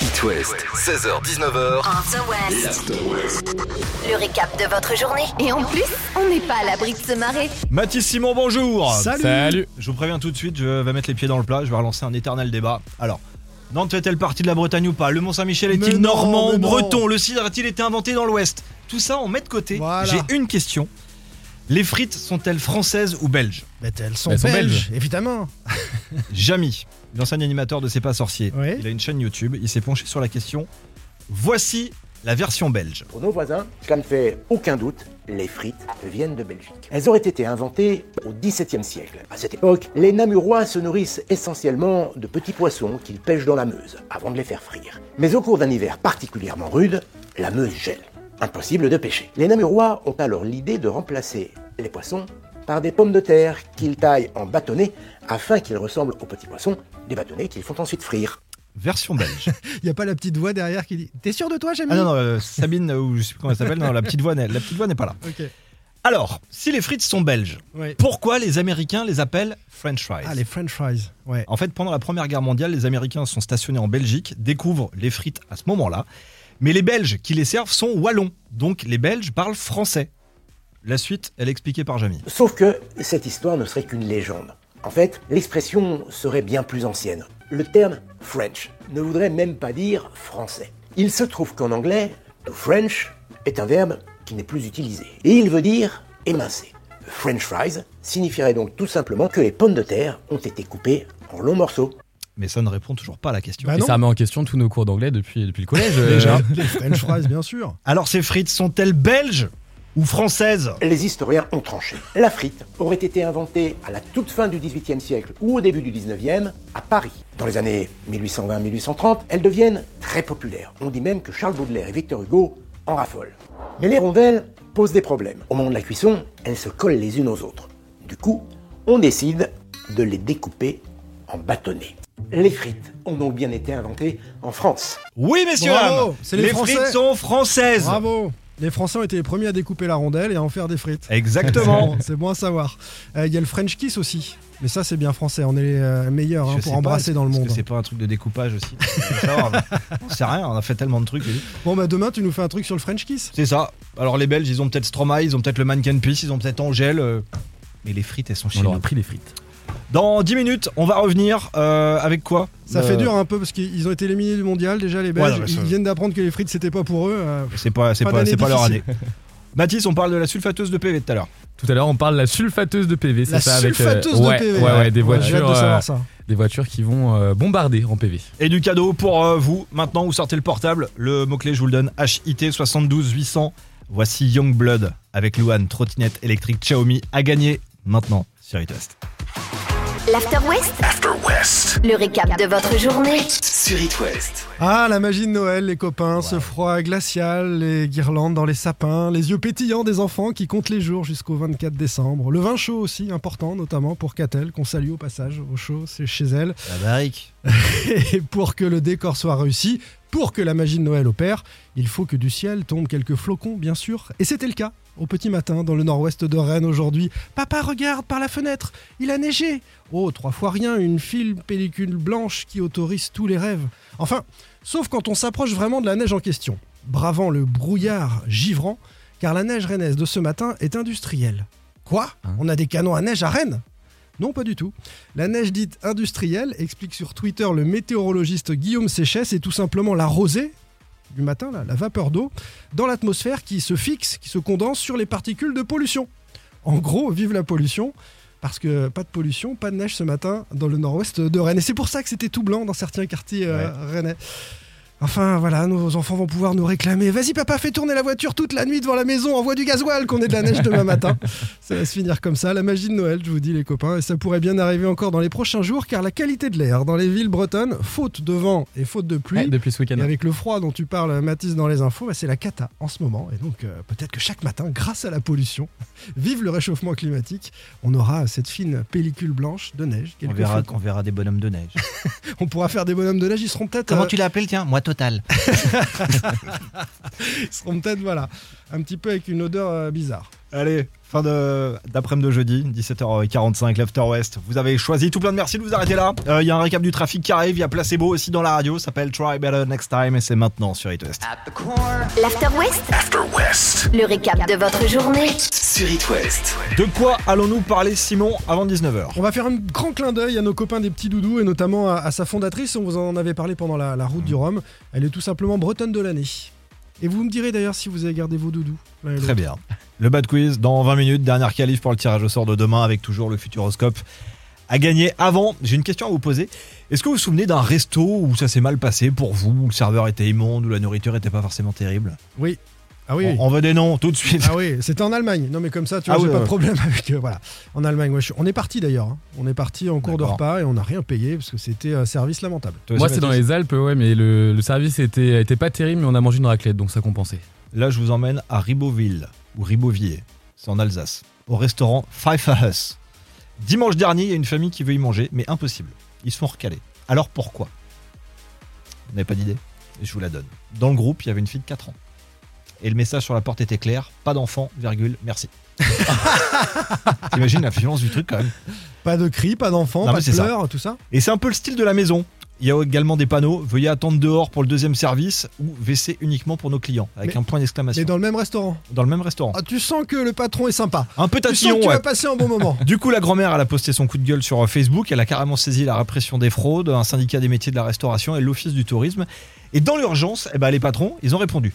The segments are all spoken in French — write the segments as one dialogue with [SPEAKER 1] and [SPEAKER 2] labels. [SPEAKER 1] It West, 16h-19h,
[SPEAKER 2] After West,
[SPEAKER 1] l'After West.
[SPEAKER 2] le récap de votre journée. Et en plus, on n'est pas à l'abri de se marrer.
[SPEAKER 3] Mathis Simon, bonjour
[SPEAKER 4] Oh,
[SPEAKER 5] Salut.
[SPEAKER 3] Je vous préviens tout de suite, je vais mettre les pieds dans le plat, je vais relancer un éternel débat. Alors, Nantes est-elle partie de la Bretagne ou pas Le Mont-Saint-Michel
[SPEAKER 5] Mais
[SPEAKER 3] est-il
[SPEAKER 5] non,
[SPEAKER 3] normand
[SPEAKER 5] mais
[SPEAKER 3] ou
[SPEAKER 5] non.
[SPEAKER 3] breton Le cidre a-t-il été inventé dans l'Ouest Tout ça, on met de côté.
[SPEAKER 5] Voilà.
[SPEAKER 3] J'ai une question. Les frites sont-elles françaises ou belges
[SPEAKER 5] Mais elles sont,
[SPEAKER 4] Elles sont
[SPEAKER 5] belges, évidemment.
[SPEAKER 3] Jamy, l'ancien animateur de C'est pas sorcier,
[SPEAKER 5] Oui.
[SPEAKER 3] il a une chaîne YouTube, il s'est penché sur la question. Voici la version belge.
[SPEAKER 6] Pour nos voisins, cela ne fait aucun doute, les frites viennent de Belgique. Elles auraient été inventées au XVIIe siècle. À cette époque, les Namurois se nourrissent essentiellement de petits poissons qu'ils pêchent dans la Meuse avant de les faire frire. Mais au cours d'un hiver particulièrement rude, la Meuse gèle. Impossible de pêcher. Les Namurois ont alors l'idée de remplacer les poissons par des pommes de terre qu'ils taillent en bâtonnets afin qu'ils ressemblent aux petits poissons, des bâtonnets qu'ils font ensuite frire.
[SPEAKER 3] Version belge.
[SPEAKER 5] Il n'y a pas la petite voix derrière qui dit T'es sûr de toi, Jamie
[SPEAKER 3] ah non, non, euh, Sabine, euh, ou je sais plus comment elle s'appelle, non, la petite voix n'est la petite voix n'est pas là.
[SPEAKER 5] Ok.
[SPEAKER 3] Alors, si les frites sont belges,
[SPEAKER 5] Ouais.
[SPEAKER 3] Pourquoi les Américains les appellent French fries
[SPEAKER 5] Ah, les French fries. Ouais.
[SPEAKER 3] En fait, pendant la Première Guerre mondiale, les Américains sont stationnés en Belgique, découvrent les frites à ce moment-là. Mais les Belges qui les servent sont wallons, donc les Belges parlent français. La suite, elle est expliquée par Jamie.
[SPEAKER 6] Sauf que cette histoire ne serait qu'une légende. En fait, l'expression serait bien plus ancienne. Le terme French ne voudrait même pas dire français. Il se trouve qu'en anglais, le French est un verbe qui n'est plus utilisé. Et il veut dire émincer. French fries signifierait donc tout simplement que les pommes de terre ont été coupées en longs morceaux.
[SPEAKER 3] Mais ça ne répond toujours pas à la question.
[SPEAKER 5] Bah
[SPEAKER 4] Et
[SPEAKER 5] non.
[SPEAKER 4] ça remet en question tous nos cours d'anglais depuis, depuis le collège. euh,
[SPEAKER 5] Déjà. les French fries, bien sûr.
[SPEAKER 3] Alors ces frites sont-elles belges ou françaises
[SPEAKER 6] Les historiens ont tranché. La frite aurait été inventée à la toute fin du XVIIIe siècle ou au début du XIXe à Paris. Dans les années 1820-1830, elles deviennent très populaires. On dit même que Charles Baudelaire et Victor Hugo en raffolent. Mais les rondelles posent des problèmes. Au moment de la cuisson, elles se collent les unes aux autres. Du coup, on décide de les découper en bâtonnets. Les frites ont donc bien été inventées en France.
[SPEAKER 3] Oui, messieurs,
[SPEAKER 5] Bravo,
[SPEAKER 3] dames,
[SPEAKER 5] c'est les Français.
[SPEAKER 3] frites sont françaises.
[SPEAKER 5] Bravo. Les Français ont été les premiers à découper la rondelle et à en faire des frites.
[SPEAKER 3] Exactement.
[SPEAKER 5] C'est bon, C'est bon à savoir. Euh, Il y a le French kiss aussi. Mais ça, c'est bien français. On est les euh, meilleurs hein,
[SPEAKER 3] Je sais
[SPEAKER 5] pour
[SPEAKER 3] pas,
[SPEAKER 5] embrasser
[SPEAKER 3] est-ce-
[SPEAKER 5] dans le
[SPEAKER 3] est-ce que
[SPEAKER 5] monde.
[SPEAKER 3] C'est pas un truc de découpage aussi. Ça va, on sait rien, on a fait tellement de trucs. Julie.
[SPEAKER 5] Bon, bah demain, tu nous fais un truc sur le French kiss.
[SPEAKER 3] C'est ça. Alors les Belges, ils ont peut-être Stromae, ils ont peut-être le Mannequin Peace, ils ont peut-être Angèle. euh, Mais les frites, elles sont chez
[SPEAKER 4] on leur
[SPEAKER 3] nous.
[SPEAKER 4] a pris les frites.
[SPEAKER 3] Dans 10 minutes, on va revenir euh, avec quoi
[SPEAKER 5] Ça
[SPEAKER 3] Euh,
[SPEAKER 5] fait dur hein, un peu parce qu'ils ont été éliminés du mondial déjà, les
[SPEAKER 3] Ouais,
[SPEAKER 5] Belges.
[SPEAKER 3] non, mais ça-
[SPEAKER 5] Ils viennent d'apprendre que les frites, c'était pas pour eux. euh,
[SPEAKER 3] C'est pas, c'est
[SPEAKER 5] Pas
[SPEAKER 3] pas,
[SPEAKER 5] d'année
[SPEAKER 3] c'est pas leur année.
[SPEAKER 5] difficile.
[SPEAKER 3] Mathis, on parle de la sulfateuse de PV tout à l'heure.
[SPEAKER 4] Tout à l'heure, on parle de la sulfateuse de PV, c'est
[SPEAKER 5] la
[SPEAKER 4] ça avec euh,
[SPEAKER 5] sulfateuse
[SPEAKER 4] ouais,
[SPEAKER 5] de PV.
[SPEAKER 4] ouais, ouais, des
[SPEAKER 5] Ouais, J'ai hâte
[SPEAKER 4] voitures,
[SPEAKER 5] de
[SPEAKER 4] euh,
[SPEAKER 5] savoir ça.
[SPEAKER 4] des voitures qui vont euh, bombarder en PV.
[SPEAKER 3] Et du cadeau pour euh, vous. Maintenant, vous sortez le portable. Le mot-clé, je vous le donne HIT 72 800. Voici Youngblood avec Luan, trottinette électrique Xiaomi à gagner maintenant sur EatWest.
[SPEAKER 2] L'After West,
[SPEAKER 1] After West,
[SPEAKER 2] le récap de votre journée.
[SPEAKER 1] sur It West.
[SPEAKER 5] Ah, la magie de Noël, les copains, ce froid glacial, les guirlandes dans les sapins, les yeux pétillants des enfants qui comptent les jours jusqu'au 24 décembre. Le vin chaud aussi, important, notamment pour Catel, qu'on salue au passage, au chaud, c'est chez elle.
[SPEAKER 3] La barrique.
[SPEAKER 5] Et pour que le décor soit réussi, pour que la magie de Noël opère, il faut que du ciel tombe quelques flocons, bien sûr. Et c'était le cas au petit matin dans le nord-ouest de Rennes aujourd'hui. Papa, regarde par la fenêtre, il a neigé. Oh, trois fois rien, une fine pellicule blanche qui autorise tous les rêves. Enfin, sauf quand on s'approche vraiment de la neige en question, bravant le brouillard givrant, car la neige rennaise de ce matin est industrielle. Quoi
[SPEAKER 4] Hein
[SPEAKER 5] On a des canons à neige à Rennes non, pas du tout. La neige dite industrielle, explique sur Twitter le météorologiste Guillaume Séchès, est tout simplement la rosée du matin, là, la vapeur d'eau, dans l'atmosphère qui se fixe, qui se condense sur les particules de pollution. En gros, vive la pollution, parce que pas de pollution, pas de neige ce matin dans le nord-ouest de Rennes. Et c'est pour ça que c'était tout blanc dans certains quartiers euh, rennais. Enfin voilà, nos enfants vont pouvoir nous réclamer. Vas-y papa, fais tourner la voiture toute la nuit devant la maison, envoie du gasoil qu'on ait de la neige demain matin. Ça va se finir comme ça, la magie de Noël, je vous dis les copains, et ça pourrait bien arriver encore dans les prochains jours, car la qualité de l'air dans les villes bretonnes, faute de vent et faute de pluie,
[SPEAKER 4] Ouais, depuis ce week-end.
[SPEAKER 5] et avec le froid dont tu parles, Mathis, dans les infos, bah, c'est la cata en ce moment. Et donc, euh, peut-être que chaque matin, grâce à la pollution, vive le réchauffement climatique, on aura cette fine pellicule blanche de neige.
[SPEAKER 3] On
[SPEAKER 5] quelques
[SPEAKER 3] verra,
[SPEAKER 5] flocons.
[SPEAKER 3] on verra des bonhommes de neige.
[SPEAKER 5] On pourra faire des bonhommes de neige, ils seront peut-être. euh,
[SPEAKER 3] l'appelles, tiens Moi, Total.
[SPEAKER 5] ils seront peut-être, voilà, un petit peu avec une odeur euh, bizarre.
[SPEAKER 3] Allez, fin de- d'après-midi de jeudi, 17h45, l'After West. Vous avez choisi tout plein de merci de vous arrêter là. Euh, Il y a un récap du trafic qui arrive, il y a Placebo aussi dans la radio, ça s'appelle Try Better Next Time et c'est maintenant sur It West.
[SPEAKER 2] L'After West,
[SPEAKER 1] After West.
[SPEAKER 2] le récap de votre journée.
[SPEAKER 1] Sur It West.
[SPEAKER 3] De quoi allons-nous parler, Simon, avant 19h
[SPEAKER 5] On va faire un grand clin d'œil à nos copains des petits doudous et notamment à, à sa fondatrice. On vous en avait parlé pendant la, la route du Rhum. Elle est tout simplement bretonne de l'année. Et vous me direz d'ailleurs si vous avez gardé vos doudous. l'un et
[SPEAKER 3] Très bien. Le bad quiz dans 20 minutes, dernière qualif pour le tirage au sort de demain avec toujours le futuroscope à gagner. Avant, j'ai une question à vous poser. Est-ce que vous vous souvenez d'un resto où ça s'est mal passé pour vous, où le serveur était immonde, où la nourriture était pas forcément terrible
[SPEAKER 5] Oui. Ah oui.
[SPEAKER 3] on, on veut des noms tout de suite.
[SPEAKER 5] Ah oui, c'était en Allemagne. Non mais comme ça, tu vois,
[SPEAKER 3] Ah
[SPEAKER 5] j'ai
[SPEAKER 3] oui,
[SPEAKER 5] pas
[SPEAKER 3] ouais.
[SPEAKER 5] de problème avec eux. Voilà, en Allemagne. ouais, je suis- On est parti d'ailleurs. hein. On est parti en cours de
[SPEAKER 3] D'accord.
[SPEAKER 5] repas et on n'a rien payé parce que c'était un service lamentable.
[SPEAKER 3] Toi,
[SPEAKER 4] Moi,
[SPEAKER 3] Sébastien
[SPEAKER 4] c'est dans les Alpes, ouais, mais le, le service était, était pas terrible, mais on a mangé une raclette, donc ça compensait.
[SPEAKER 3] Là, je vous emmène à Ribeauville, ou Ribeauvier, c'est en Alsace, au restaurant Pfeifferhus. Dimanche dernier, il y a une famille qui veut y manger, mais impossible. Ils se font recaler. Alors pourquoi Vous n'avez pas d'idée Je vous la donne. Dans le groupe, il y avait une fille de 4 ans. Et le message sur la porte était clair pas d'enfant, virgule, merci. T'imagines l'influence du truc quand même.
[SPEAKER 5] Pas de cris, pas d'enfants,
[SPEAKER 3] Non, mais
[SPEAKER 5] pas de
[SPEAKER 3] c'est ça.
[SPEAKER 5] pleurs, tout ça.
[SPEAKER 3] Et c'est un peu le style de la maison. Il y a également des panneaux veuillez attendre dehors pour le deuxième service ou WC uniquement pour nos clients, avec
[SPEAKER 5] Mais-
[SPEAKER 3] un point
[SPEAKER 5] Mais
[SPEAKER 3] d'exclamation.
[SPEAKER 5] dans le même restaurant.
[SPEAKER 3] Dans... le même restaurant.
[SPEAKER 5] Ah, tu sens que le patron est sympa.
[SPEAKER 3] Un peu
[SPEAKER 5] Tu sens
[SPEAKER 3] tatillon,
[SPEAKER 5] que tu
[SPEAKER 3] ouais.
[SPEAKER 5] vas passer un bon moment.
[SPEAKER 3] Du coup, la grand-mère, elle a posté son coup de gueule sur euh, Facebook. Elle a carrément saisi la répression des fraudes, un syndicat des métiers de la restauration et l'office du tourisme. Et dans l'urgence, eh ben, les patrons, ils ont répondu.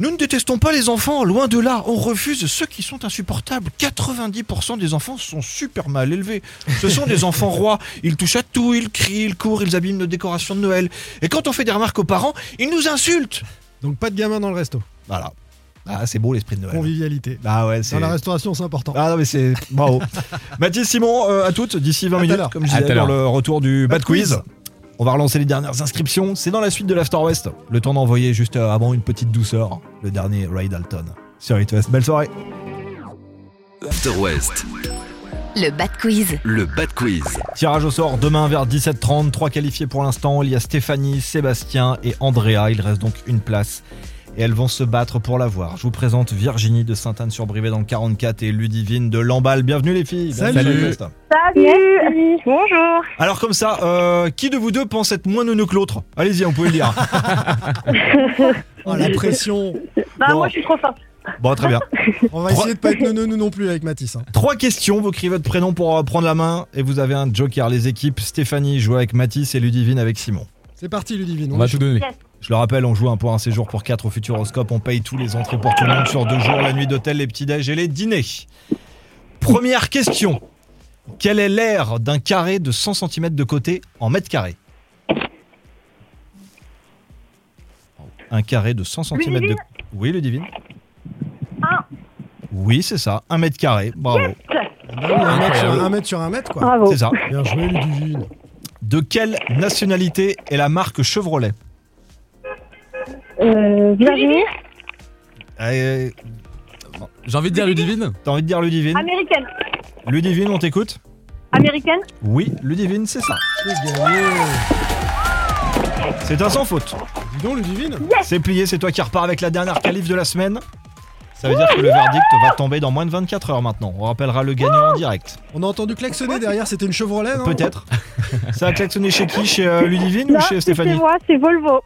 [SPEAKER 3] Nous ne détestons pas les enfants, loin de là, on refuse ceux qui sont insupportables. 90% des enfants sont super mal élevés. Ce sont des enfants rois, ils touchent à tout, ils crient, ils courent, ils abîment nos décorations de Noël. Et quand on fait des remarques aux parents, ils nous insultent.
[SPEAKER 5] Donc pas de gamin dans le resto.
[SPEAKER 3] Voilà. Ah, c'est beau l'esprit de Noël.
[SPEAKER 5] Convivialité.
[SPEAKER 3] Ah ouais, c'est...
[SPEAKER 5] Dans la restauration, c'est important.
[SPEAKER 3] Ah non mais c'est bravo. Mathis Simon euh, à toutes d'ici 20
[SPEAKER 5] À tout à
[SPEAKER 3] minutes
[SPEAKER 5] l'heure.
[SPEAKER 3] comme je
[SPEAKER 4] À
[SPEAKER 3] disais
[SPEAKER 4] tout à
[SPEAKER 3] dans
[SPEAKER 4] l'heure.
[SPEAKER 3] le retour du Bad
[SPEAKER 5] Bad
[SPEAKER 3] Quiz.
[SPEAKER 5] Quiz.
[SPEAKER 3] On va relancer les dernières inscriptions, c'est dans la suite de l'After West. Le temps d'envoyer juste avant une petite douceur le dernier Ray Dalton sur It West. Belle soirée.
[SPEAKER 1] After West.
[SPEAKER 2] Le Bat Quiz.
[SPEAKER 1] Le Bad Quiz.
[SPEAKER 3] Tirage au sort demain vers 17h30, trois qualifiés pour l'instant, il y a Stéphanie, Sébastien et Andrea, il reste donc une place. Et elles vont se battre pour l'avoir. Je vous présente Virginie de Sainte-Anne-sur-Brivet dans le 44 et Ludivine de Lamballe. Bienvenue les filles.
[SPEAKER 5] Salut.
[SPEAKER 3] Bienvenue sur It West.
[SPEAKER 7] Salut. Bonjour.
[SPEAKER 3] Alors comme ça, euh, qui de vous deux pense être moins neuneux que l'autre Allez-y, on peut le dire.
[SPEAKER 5] Oh, la pression.
[SPEAKER 7] Bah
[SPEAKER 3] Bon.
[SPEAKER 7] moi je suis trop forte.
[SPEAKER 3] Bon, très bien.
[SPEAKER 5] On va essayer de pas être neuneux, nous non plus avec Mathis. hein.
[SPEAKER 3] Trois questions, vous criez votre prénom pour euh, prendre la main et vous avez un joker. Les équipes, Stéphanie joue avec Mathis et Ludivine avec Simon.
[SPEAKER 5] C'est parti, Ludivine.
[SPEAKER 4] On va tout donner.
[SPEAKER 3] Je le rappelle, on joue un pour un séjour pour quatre au Futuroscope. On paye tous les entrées pour tout le monde sur deux jours, la nuit d'hôtel, les petits-déj et les dîners. Première question. Quelle est l'aire d'un carré de 100 cm de côté en mètre carré Un carré de 100 cm de...
[SPEAKER 7] Ludivine Ah.
[SPEAKER 3] Oui, le divine
[SPEAKER 7] Un.
[SPEAKER 3] Oui, c'est ça. Un mètre carré. Bravo.
[SPEAKER 5] Ah oui, un, mètre sur, un mètre sur un mètre, quoi.
[SPEAKER 7] Bravo.
[SPEAKER 3] C'est ça.
[SPEAKER 5] Bien joué, Ludivine.
[SPEAKER 3] De quelle nationalité est la marque Chevrolet
[SPEAKER 7] Euh, Virginie,
[SPEAKER 3] Euh,
[SPEAKER 4] J'ai envie de dire Ludivine
[SPEAKER 3] T'as envie de dire
[SPEAKER 7] Ah,
[SPEAKER 3] Ludivine
[SPEAKER 7] américaine.
[SPEAKER 3] Ludivine, on t'écoute
[SPEAKER 7] Américaine.
[SPEAKER 3] Oui, Ludivine, c'est ça.
[SPEAKER 5] C'est gagné.
[SPEAKER 3] C'est un sans faute.
[SPEAKER 5] Dis donc, Ludivine.
[SPEAKER 3] C'est plié, c'est toi qui repars avec la dernière qualif de la semaine. Ça veut dire que le verdict va tomber dans moins de 24 heures maintenant. On rappellera le gagnant en direct.
[SPEAKER 5] On a entendu klaxonner derrière, c'était une
[SPEAKER 7] Ah
[SPEAKER 5] Chevrolet, non
[SPEAKER 3] Peut-être. Ça a klaxonné chez qui Chez euh, Ludivine ou
[SPEAKER 7] Non,
[SPEAKER 3] chez Stéphanie
[SPEAKER 7] C'est moi, c'est Volvo.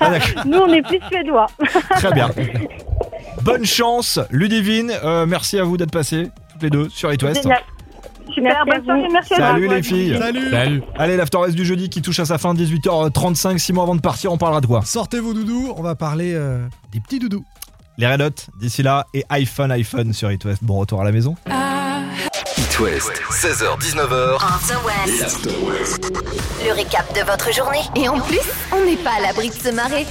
[SPEAKER 3] Ah, d'accord.
[SPEAKER 7] Nous on est plus suédois.
[SPEAKER 3] Très bien. Bonne chance, Ludivine. Euh, merci à vous d'être passés, toutes les deux, sur It West.
[SPEAKER 7] Génial. Super, bonne soirée, merci à vous.
[SPEAKER 3] Salut les filles.
[SPEAKER 5] Salut.
[SPEAKER 4] Salut
[SPEAKER 3] Allez, l'After West du jeudi qui touche à sa fin, 18h35, 6 mois avant de partir, on parlera de quoi
[SPEAKER 5] Sortez vos doudous, on va parler euh, des petits doudous.
[SPEAKER 3] Les Red Hot, d'ici là, et iPhone, iPhone sur It West. Bon retour à la maison.
[SPEAKER 1] It West. 16h-19h.
[SPEAKER 2] After West.
[SPEAKER 1] L'After West.
[SPEAKER 2] Le récap de votre journée. Et en plus, on n'est pas à l'abri de se marrer.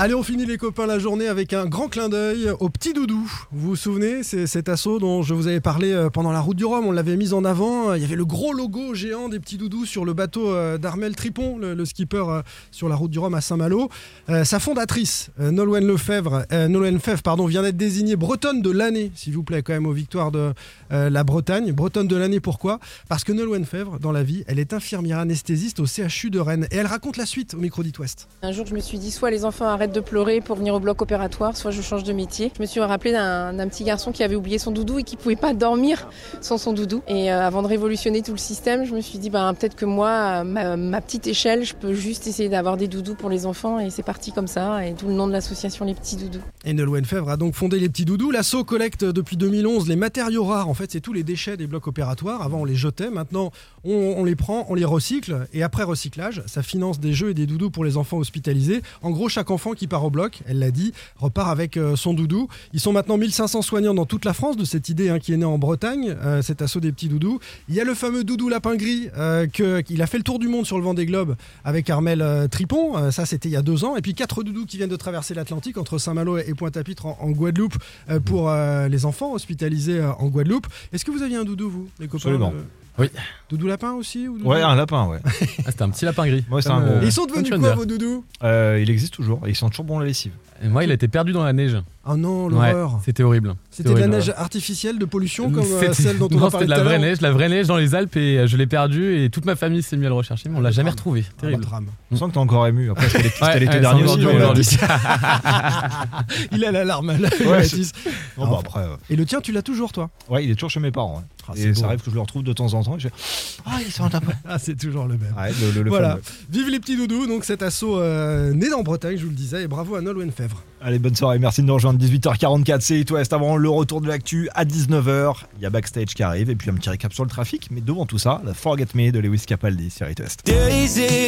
[SPEAKER 5] Allez, on finit les copains la journée avec un grand clin d'œil aux petits doudous. Vous vous souvenez, c'est cet assaut dont je vous avais parlé euh, pendant la route du Rhum, on l'avait mis en avant. Euh, Il y avait le gros logo géant des petits doudous sur le bateau euh, d'Armel Tripon, le, le skipper euh, sur la route du Rhum à Saint-Malo. Euh, sa fondatrice, euh, Nolwenn Lefebvre, euh, Nolwenn Fèvre, pardon, vient d'être désignée bretonne de l'année, s'il vous plaît, quand même aux victoires de euh, la Bretagne. Bretonne de l'année, pourquoi Parce que Nolwenn Fèvre, dans la vie, elle est infirmière anesthésiste au CHU de Rennes. Et elle raconte la suite au micro d'It West.
[SPEAKER 8] Un jour, je me suis dit, soit les enfants arrêtent j'arrête de pleurer pour venir au bloc opératoire, soit je change de métier. Je me suis rappelé d'un d'un petit garçon qui avait oublié son doudou et qui pouvait pas dormir sans son doudou. Et euh, avant de révolutionner tout le système, je me suis dit, ben, peut-être que moi, à ma, ma petite échelle, je peux juste essayer d'avoir des doudous pour les enfants. Et c'est parti comme ça, et d'où le nom de l'association Les Petits Doudous.
[SPEAKER 5] Et Nolwenn Fèvre a donc fondé les petits doudous. L'assaut collecte depuis 2011 les matériaux rares. En fait, c'est tous les déchets des blocs opératoires. Avant, on les jetait. Maintenant, on, on les prend, on les recycle. Et après recyclage, ça finance des jeux et des doudous pour les enfants hospitalisés. En gros, chaque enfant qui part au bloc, elle l'a dit, repart avec euh, son doudou. Ils sont maintenant 1500 soignants dans toute la France de cette idée hein, qui est née en Bretagne, euh, cet assaut des petits doudous. Il y a le fameux doudou lapin gris euh, que, qu'il a fait le tour du monde sur le vent des globes avec Armel euh, Tripon. Euh, ça, c'était il y a deux ans. Et puis quatre doudous qui viennent de traverser l'Atlantique entre Saint-Malo et Pointe-à-Pitre en, en Guadeloupe euh, pour euh, les enfants hospitalisés euh, en Guadeloupe. Est-ce que vous aviez un doudou, vous, les copains
[SPEAKER 3] Absolument.
[SPEAKER 5] euh,
[SPEAKER 4] Oui.
[SPEAKER 5] Doudou lapin aussi ou doudou
[SPEAKER 4] Mhm.
[SPEAKER 3] Ouais, un lapin, ouais.
[SPEAKER 4] Ah, c'était un petit lapin gris.
[SPEAKER 3] Moi, c'est un
[SPEAKER 4] Comme,
[SPEAKER 3] gros.
[SPEAKER 4] euh,
[SPEAKER 5] Ils sont devenus quoi,
[SPEAKER 4] Thunder.
[SPEAKER 5] vos doudous
[SPEAKER 3] Euh, il existe toujours et ils sont toujours bons à la lessive.
[SPEAKER 4] Et Moi, il a été perdu dans la neige.
[SPEAKER 5] Ah non,
[SPEAKER 4] Ouais,
[SPEAKER 5] l'horreur.
[SPEAKER 4] c'était horrible.
[SPEAKER 5] C'était de la
[SPEAKER 4] horrible,
[SPEAKER 5] neige
[SPEAKER 4] ouais.
[SPEAKER 5] artificielle de pollution comme euh,
[SPEAKER 4] C'était-
[SPEAKER 5] celle dont on
[SPEAKER 4] non,
[SPEAKER 5] a parlé
[SPEAKER 4] c'était de
[SPEAKER 5] tout
[SPEAKER 4] la
[SPEAKER 5] à
[SPEAKER 4] vraie
[SPEAKER 5] l'heure
[SPEAKER 4] neige, la vraie neige dans les Alpes et euh, je l'ai perdu et toute ma famille s'est mise à le rechercher mais on l'a jamais
[SPEAKER 5] drame.
[SPEAKER 4] retrouvé.
[SPEAKER 5] Ah,
[SPEAKER 4] Terrible.
[SPEAKER 5] bah, drame. Oh,
[SPEAKER 3] Je sens que t'es encore ému. Après, c'était l'été
[SPEAKER 4] Ouais,
[SPEAKER 3] c'était l'été
[SPEAKER 4] ouais,
[SPEAKER 3] dernier
[SPEAKER 4] c'est
[SPEAKER 3] aussi.
[SPEAKER 4] encore
[SPEAKER 3] on
[SPEAKER 4] dur
[SPEAKER 3] l'a dit.
[SPEAKER 4] aujourd'hui.
[SPEAKER 5] Il a la larme à l'œil,
[SPEAKER 3] Ouais,
[SPEAKER 5] Mathis.
[SPEAKER 3] Non, bah, après, euh,
[SPEAKER 5] Et le tien, tu l'as toujours, toi
[SPEAKER 3] ouais, il est toujours chez mes parents. ouais.
[SPEAKER 5] Ah, c'est
[SPEAKER 3] et ça
[SPEAKER 5] beau.
[SPEAKER 3] arrive que je le retrouve de temps en temps. et je fais, Ah, il sort un lapin.
[SPEAKER 5] Ah, c'est toujours le même.
[SPEAKER 3] Ouais, le, le- le
[SPEAKER 5] Voilà.
[SPEAKER 3] fameux.
[SPEAKER 5] Vive les petits doudous, donc cet assaut euh, né en Bretagne, je vous le disais, et bravo à Nolwenn Fèvre.
[SPEAKER 3] Allez, bonne soirée. Merci de nous rejoindre. 18h44, c'est It West. Avant le retour de l'actu à 19h, il y a Backstage qui arrive et puis un petit récap sur le trafic. Mais devant tout ça, la Forget Me de Lewis Capaldi sur It West.
[SPEAKER 9] Days